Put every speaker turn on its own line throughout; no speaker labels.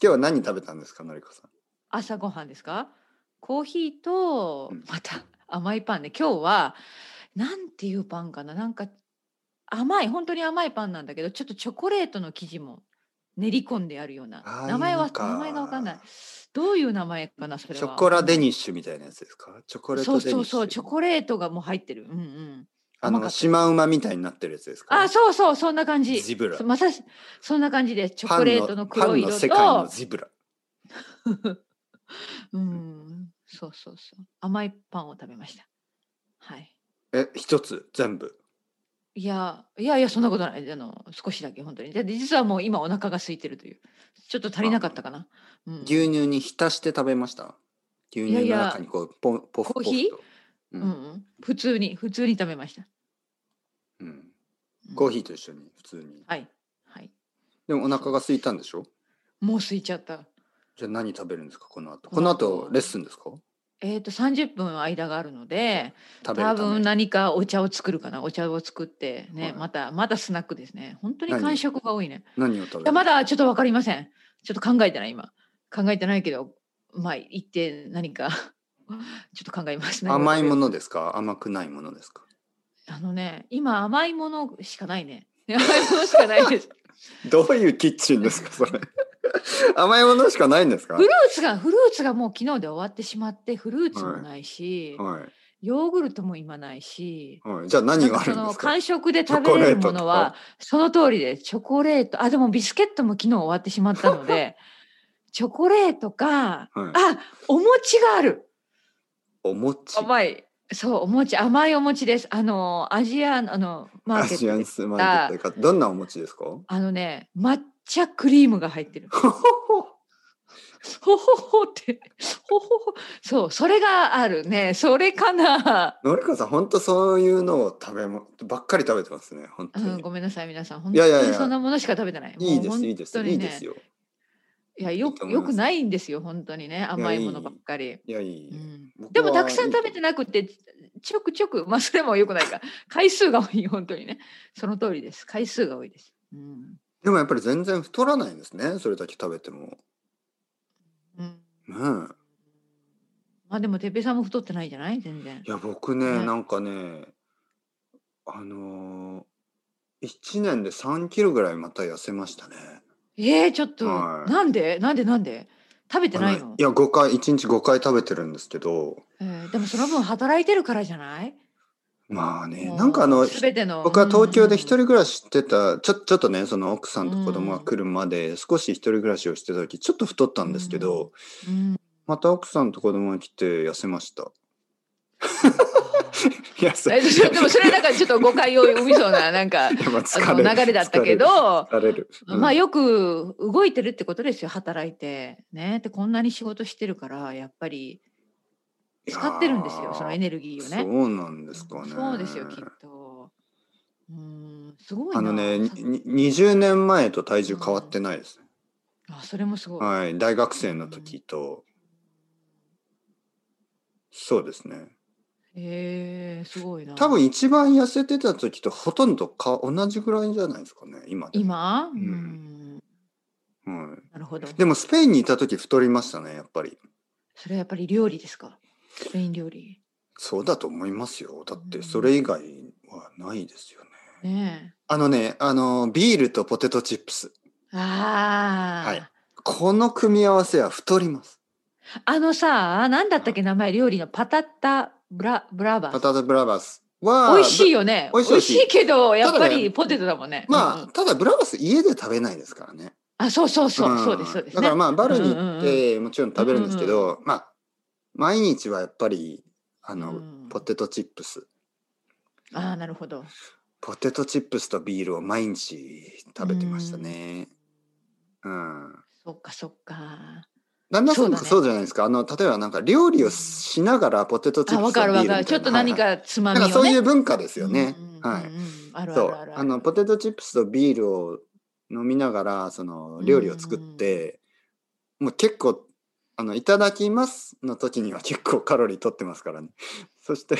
日は何食べたんですか、のりこさん。
朝ごはんですかコーヒーと
うん
また甘いパンね今日はなんていうパンかななんか甘い本当に甘いパンなんだけどちょっとチョコレートの生地も練り込んであるような
あー
名前
い
はい
か
名前がわかんないどういう名前かなそれは
ショコラデニッシュみたいなやつですか。チョコレー
そ
ト
う
デニ
そ
ッ
う
シュ。
そうチョコレートがもう入ってるうんうん
あ
甘か
の、
った
シマウマみたいになってるやつですか。
あそうそうそんな感じ
ジブラ
そまさしそんな感じですチョ
パン
コレートの
パ
黒
ン
い
の
色
世界の
と
ジブラ。
うんそうそうそう甘いパンを食べましたはい
え、一つ、全部。
いやいやいやそんなことないあの少しだけ本当にで実はもう今お腹が空いてるというちょっと足りなかったかな、うん、
牛乳に浸して食べました。牛
いや
乳
い
の
や
中にこう、ポンポフポフ
コー
と。
ヒ
う、
ーうんうんん、普通に普通に食べました、
うん。
うん
コーヒーと一緒に、普通に。
はいはい
でも、お腹が空いたんでしょ
もう空いちゃった
じゃあ、何食べるんですか、この後。こ
こ
の
の後
後、レッスンですか。
えっ、と30分間があるので
食べる
多
ため
分
に
何かお茶を作るかなお茶を作ってね、
はい
またまたスナックですね本当に
何
感触が多いね
何を食べ
い
る
やまだちょっとわかりませんちょっと考えてない今考えてないけどまあ行って何か ちょっと考えます
甘いも
の
のですか甘くないものですか
あのね、今甘いものしかないね。 甘いものしかな いです。フ
どういうキッチンですかそれ 甘いものしかないんですか
ルーツが、フルーツがもう昨日で終わってしまって、フルーツもないし、
は
ヨーグルトも今ないし
い、、はい、じゃあ何がある
なんん
です
かその
か
間食で食べれるものは
チョコレートとか、
その通りです。チョコレート、あ、でもビスケットも昨日終わってしまった ので、チョコレートか、
はい
あ、お餅がある。
お餅
甘い。そう、お餅、甘いお餅です。あの、アジアン、あの、マ
ア
ーケット
ジ
で
アンスマーケットかどんなお餅ですか
あのね、抹茶クリームが入ってる。ほほほって、ほほほ。そう、それがあるね。それかな。
のりこさん本当そういうのを食べもばっかり食べてますね本
う
当に、
ん、ごめんなさい、皆さん。本
いやいやいや
当にそんなものしか食べてない。
いいで
もう
す
本
いいです、
当に
いい
ね
ですよ
いや、よ
いいと
く、
思いま
よ
す
くないんですよ、本当にね。甘いものばっかり。
いやいい、
うん
僕は
でもたくさん食べてなくて、ちょくちょく、まあそれもよくないか。回数が多い、本当にね。その通りです。回数が多いです。うん。
でもやっぱり全然太らないんですねそれだけ食べても
うん。
ねえ
まあでも、てっぺいさんも太ってないじゃない全然
い。や僕ね、
ね
なんかねあのー、1年で3キロぐらいまた痩せましたね。
えー、ちょっと、
はい
なんでなんでなんで食べてない
あ
の
いや5回1日5回食べてるんですけど
えーでもその分働いてるからじゃない
まあね
もう
なんかあの
全ての
僕は東京で一
うん
人暮らししてたちょちょっとねその奥さんと子供が来るまで少し一人暮らしをしてた時ちょっと太ったんですけど、
うん
また奥さんと子供が来て痩せました。痩せ
えでもでも それなんかちょっと誤解を生みそうななんかあ
やっぱ 疲
の
れる
流れだったけど、
疲れる疲れる、うん
まあよく動いてるってことですよ働いてねでこんなに仕事してるからやっぱり使ってるんです
いや
よ
ー
そのエネルギーをね
そうなんですかね。
そうですよきっとうんすごいな
あのね、に
さ
に20年前と体重変わってないですね。
あそれもすごい、
はい、大学生の時と、そうですね。
えー、すごいな
多分一番痩せてた時とほとんどか同じぐらいじゃないですかね、今で。
今、
ん
うん、
は
なるほど
い、でもスペインにいた時太りましたね、やっぱり。
それはやっぱり料理ですかスペイン料理
そうだと思いますよ。だってそれ以外はないですよね。
ね
あのね、あの、ビールとポテトチップス。
えああ、
はいこの組み合わせは太ります。
あのさ何だったっけ名前料理のパタッタブラブラバ
パ
ー
タタブラバスは、
美味しいよね
美
美
味しい美
味
味し
し
い
いけどやっぱ
ただね
りポテトだもんね
まあ、
うんうん
ただブラバス家で食べないですからね。
あそうそうそう、
ん
そうですそうです、ね、
だからまあバルに
うんう
行
んう
っ
ん
てもちろん食べるんですけど、まあ毎日はやっぱりあの、
うん
ポテトチップス
ああなるほど
ポテトチップスとビールを毎日食べてましたね。うん。
そっかそっか
だんだんそ,、
そううだね
じゃないですか。あの例えばなんか料理をしながらポテトチッ
あ
プ
わ
スとビ
か
ール
る
みた
わ
いな
かるちょっと何
はい
かつま
はい
み
なん
をね
かそういう文化ですよね。
うんうんうん
はい。
あるあ
そ
るあ
う
る
あのポテトチップスとビールを飲みながらその料理を作って、もう結構 あの「いただきます」の時には結構カロリー取ってますからねそして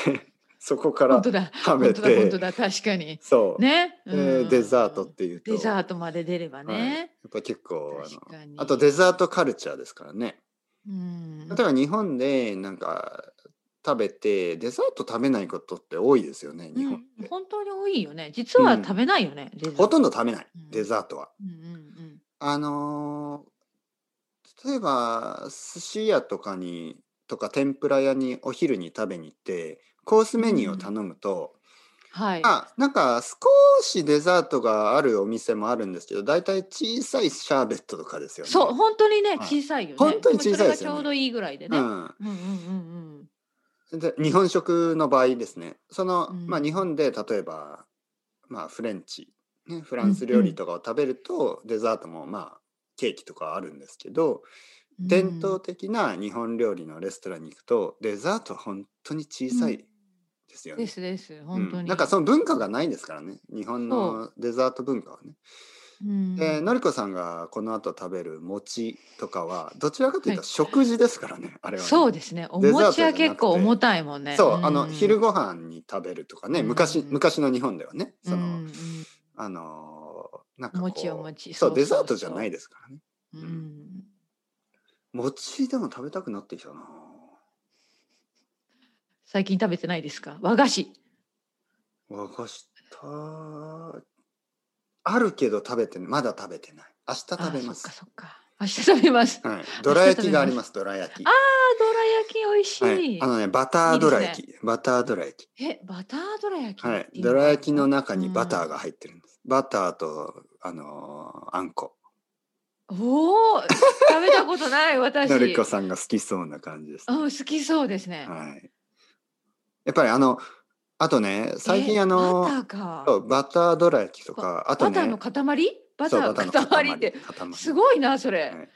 そこから
本当だ
はめ
本当だ本当
て
だ確かに
そう、
ね、
で
うん
デザートっていうと
デザ
やっ
ートまで出ればね、
ぱ結構あの
確かに
あとデザートカルチャーですからね
うん
例えば日本でなんか食べてデザート食べないことって多いですよね日本って、
うん、本当に多いよね実は食べないよね、デザート
ほとんど食べない
うん
デザートは。
うんうん
あのー例えば寿司屋とかにとか天ぷら屋にお昼に食べに行ってコースメニューを頼むと、
はい
あなんか少しデザートがあるお店もあるんですけど大体小さいシャーベットとかですよね。
そう本当にね
はい
小さいよね
本当に小さいですよね
それがちょうどいいぐらいで
う
ね、うん、
ん、
うんうんうん
で日本食の場合ですねその、
うん
まあ、日本で例えば、まあ、フレンチ、ね、フランス料理とかを食べると、デザートもまあケーキとかあるんですけど
うん
伝統的な日本料理のレストランに行くとデザートは本当に小さいですよね。
ですです本当に、
うんなんかその文化がないですからね日本のデザート文化はね。
うん
でのりこさんがこの後食べる餅とかはどちらかというと食事ですからね、あれはね、
そうですねお
デザート
餅
じゃな
は
くて
結構重たいもんね
そう、
ん
あの昼ご飯に食べるとかね、
うん
昔昔の日本ではね、その、
うん
あのーなんかこう
餅よ餅
そう
そうそうそう
デザートじゃないですからね。
うん
う
うん
餅でも食べたくなってきたな。
最近食べてないですか和菓子
和菓子たあるけど食べてないまだ食べてない。明日食べま
あ
す。
そっかそっか明日食べます あ
はい、どら焼きがあります。どら焼き。
どら焼き美味しい、
はい、あのね、バターどら焼き、バターどら焼き。
えバターどら焼き
は
っ
い
て、いう
ど
の
ら焼きの中にバタ
うん
ーが入ってるんです。バターと、あのーあんこ。
おお、食べたこと ない私。
のりこさんが好きそうな感じですね、
うん、好きそうですね。
はい。やっぱりあの、あとね、最近あの、
バターか。
そうバターどら焼きとか、あと
バター
ね
の、塊？バタ
そう
ーの塊って
塊
すごいなそれ。
はい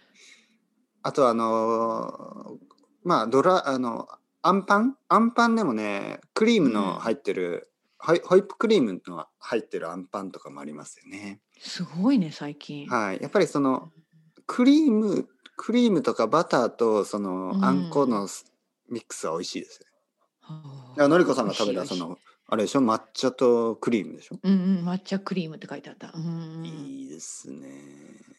あとあのーまあ、ドラ、あの、あんパンあんパンでもね、クリームの入ってる、ホイホイップクリームの入ってるあんパンとかもありますよね。
すごいね最近。
はい。やっぱりその、クリーム、クリームとかバターと、その
う、ん
あんこのスミックスは美味しいですよね
は
だか
あ
らのりこさんが食べたそ。
美味しい美味し
のあれでしょ抹茶とクリームでしょ、
いうんうん抹茶クリームって書いてあった。うんうんうん。
いいですね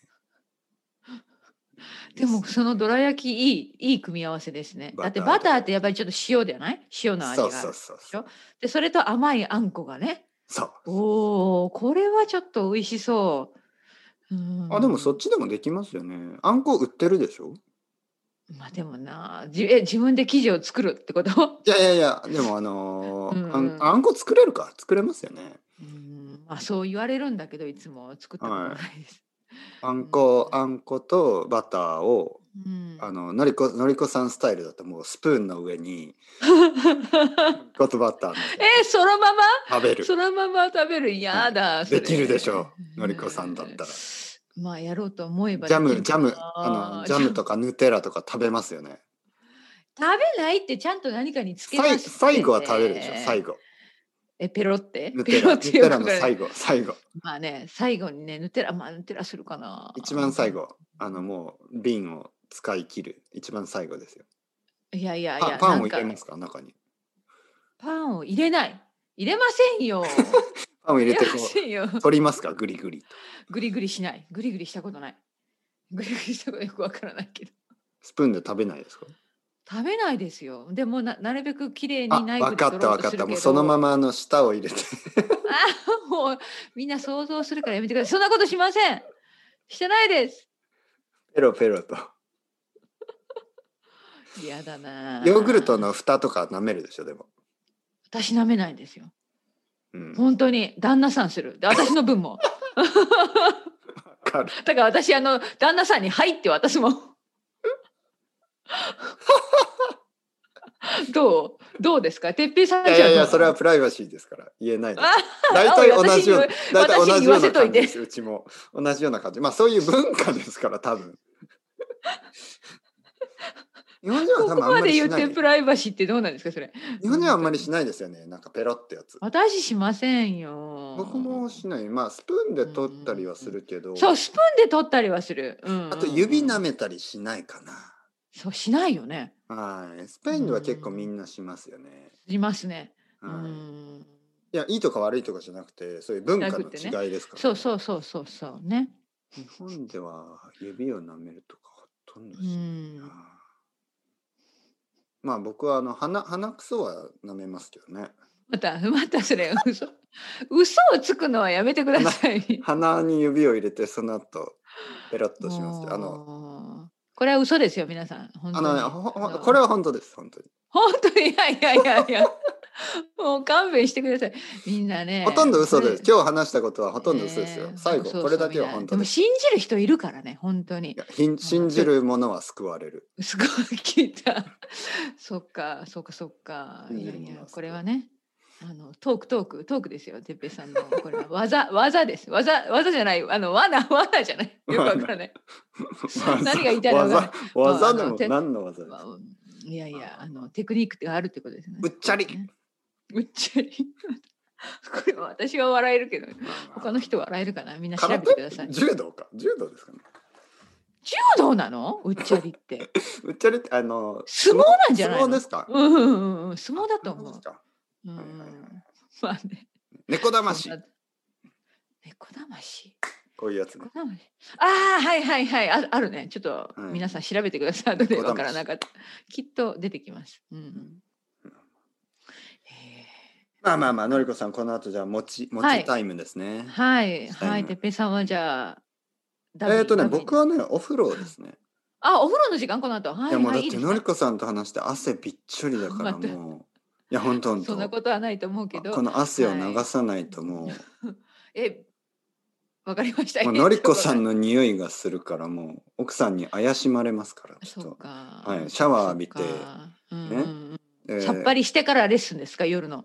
でも
いいす
そのどら焼きいいいい組み合わせですね。だって
バ
バ
タ
タ
ー
ーってやっぱりちょっと塩じゃない？塩の味が
そ
あ
う
る。
そうそう
しょでそれと甘いあんこがね。
そう
おおこれはちょっと美味しそう。うん
あでもそっちでもできますよねあんこ売ってるでしょ
まあでもなじえ自分で生地を作るってこと、
いやいやいやでもあのー
うんうん
あんあんこ作れるか作れますよね
うんまあ、そう言われるんだけどいつも作ったことないです。
あんこあんことバターを
うん
あののりこのりこさんスタイルだともうスプーンの上にゴトバターの
えそのまま
食べる
そのまま食べるやだ、それ
できるでしょうのりこさんだったら。
まあやろうと思えば
ジャ
で
ム、
き
ジ
る
ャ
かな
ム、あの、ジャムとかヌテラとか食べますよね。
食べないってちゃんと何かにつけ
さい
出して
最後は食べるでしょ、最
後
後。
えペロって
ヌ
ペ
テ
ロ
ラ、
っ
ヌ
て
テ
よく
ラの
わからない
最後、最後。
まあね最後にねヌテラまあヌテラするかな
一番最後。あの、もう、瓶を使い切る。一番最後ですよ。
いやいやい
パ
や
ンパン
な
を
ん
入
か
れますか、中に。
パンを入れない入れませんよ
パン を入
入
れて、
れま
こ
せんよ
う、取りますか、グリグリと。
グリグリしないグリグリしたことないグリグリしたことよくわからないけど
スプーンで食べないですか
食べないですよでもななるべく綺麗
あ、
にナイフ
分
で
かっ
取
た
ろう
分
と
かっ
するけ
た。
ど
もうそのままあの舌を入れて。
あもうみんな想像するからやめてくださいそんなことしませんしてないです
ペロペロと。
嫌だな
ヨーグルトの蓋とか舐めるでしょ、でも。
私舐めないんですよ
うん。わ
本当に旦那さんするで私の分 も
かる。
だから私あの旦那さんに「はい」って 渡すもんどうどうですか哲平さん
い
じ
や
ゃん
いやいや、それはプライバシーですから、言えないです。大体同じような、大体同
私に
じ
言
よ
わ
うな
せとい
感じ
て
です、うちも。同じような感じ。まあそういう文化ですから、多 分。日本人は
こ
多
こ
分あ
ま
んま
で
り
言
し
っ
ない。
てプ
日
ライバシーってどうなんですかそれ
本人はあんまりしないですよね。なんかペロってやつ。
私しませんよ
僕もしない。まあスプーンで取ったりはするけど、
そう
あ
スプーンで取ったりはする、うんうんうん
と指舐めたりしないかな。
そうしないよね
はい。スペインでは結構みんなしますよね。
しますね
う
うんん
いやいいとか悪いとかじゃなくてそういう文化の
じゃなくてね
違いですから、
そうそうそうそうそうね。
日本では指を舐めるとかほとんど
う
しない
ん
な、。まあ僕はあの鼻鼻くそは舐めますけどね
また またそれ嘘嘘をつくのはやめてください。
鼻に指を入れてその後ペロッとしますけどあの
のこれは嘘ですよ皆さん。本当
あ
に
のねほほこれは本当です本当に、
本当にいやいやいやいやもう勘弁してくださいみんなね
ほとんど嘘で
そ
す
れ
今日話したことはほとんど嘘ですよ、
ねえ
最後
そうそう
これだけは本当
みんなでも
です
信じる人いるからね本当に
いやひん信じる者は救われる
すごい聞いた そっかそっかそっか
信
い
じ
や
る
い
もの
や
はすご
こ
い
れはねあのトークトークトークですよ哲平さんのこれは技 技です技技じゃないあの罠罠じ ゃないよくわからない 何が言いたいのか
技技で
まああ
も何
のて
の技です
まあ
か
うんいやいやあのテクニックがあるってことですよね
うっちゃり
うっちゃり これは私は笑えるけど他の人笑えるかなみんな調べてください。
空手
柔
柔道か柔道ですかね
道なのうっちゃりって。
うっちゃりってあの
相撲なんじゃな
相
いの
撲ですか
うんうんうんうん、相撲だと思
あそうです。か
う
はいはいはい
んまあね。
猫魂
そんな。猫魂。
こういうやつね
猫魂。ああ、はいはいはい。ああるね。ちょっと
はい
皆さん調べてください。後で
猫魂
わからなかった。きっと出てきます。うん。
まあまあまあのりこさんこの後じゃあ餅
は
餅
い
タイムですね、
えーはい、
したいな
はい。てっぺいさんはじゃあ、ダ
えっ、とね
ダミー
僕はねお風呂ですね
あ、お風呂の時間この後。はいい、
やもう
は
だっ
い。いい
て
です
の
か
りこさんと話して汗びっちょりだから
また
もういや本当本
そんな
当
ことはないと思うけど。
この汗を流さないともう,、
え、わかりました。
もうのりこさんの匂いがするからもう奥さんに怪しまれますからちょっ
そう
と、
か。
はいシャワー浴びて
そっかうんうん
えー
うんさっぱりしてからレッスンですか夜の。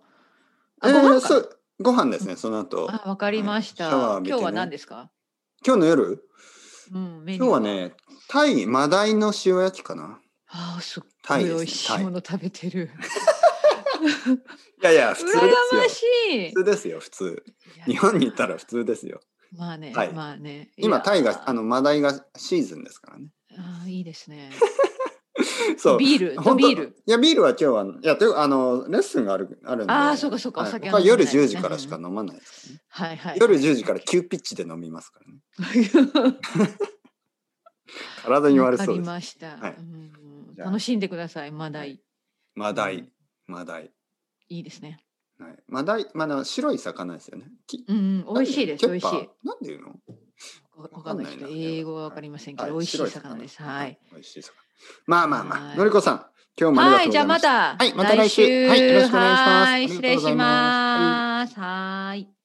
え
あ、ご
ー
飯か
そ
な
うご飯ですねその後
あ、わかりまし
は
た。
いシャワー浴びてね
今日は何ですか。
今日の夜
うん、メニュ
今
ー
日は。ねタイマダイの塩焼きかな
あー、すっご
タイ
い
ですね
美味しいもの食べてる。
いやい や普
羨
通ですよ
ましい
普。通ですよ普通日本に行ったら普通ですよ
いや。まあね
タイ、
まあね。い
今
や
タイがあ。のマダイがシーズンですから ね
あー、いいですね。
そう
ビール と
本当
ビール。
いやビールは今日はいやというあのレッスンがあるあるんで
あーそうかそうか
はい
お酒は
僕は
飲まない
夜
ですね
10時からしか飲まないですからね
はいはい。
夜10時から急ピッチで飲みますからね体に
わ
悪
か
そう
り
です
ました。
はい
うん
じゃあ
楽しんでください。マダ
は
イ。
マダ
う
イ
ん
マダイ
いいですね。
はいマダイまだ白い魚ですよねき
うん、うん美味しいです。
な
美
んてう
味し
の
い。
なんで言うの
わわかんないですけど、
わかんないな
英語はわかりませんけ
は
ど、
い
美味し
白
い魚です。はい。
美味しい魚まあまあま
は
あ
い
のりこさん今日もありがと
は
う
い、
ご
じ
ざ
ゃ
いましたはい
あまた、
また来週はいよろしくお願いします
は
あり
い
がとうご
失礼
ざい
し
ます
ます。はい。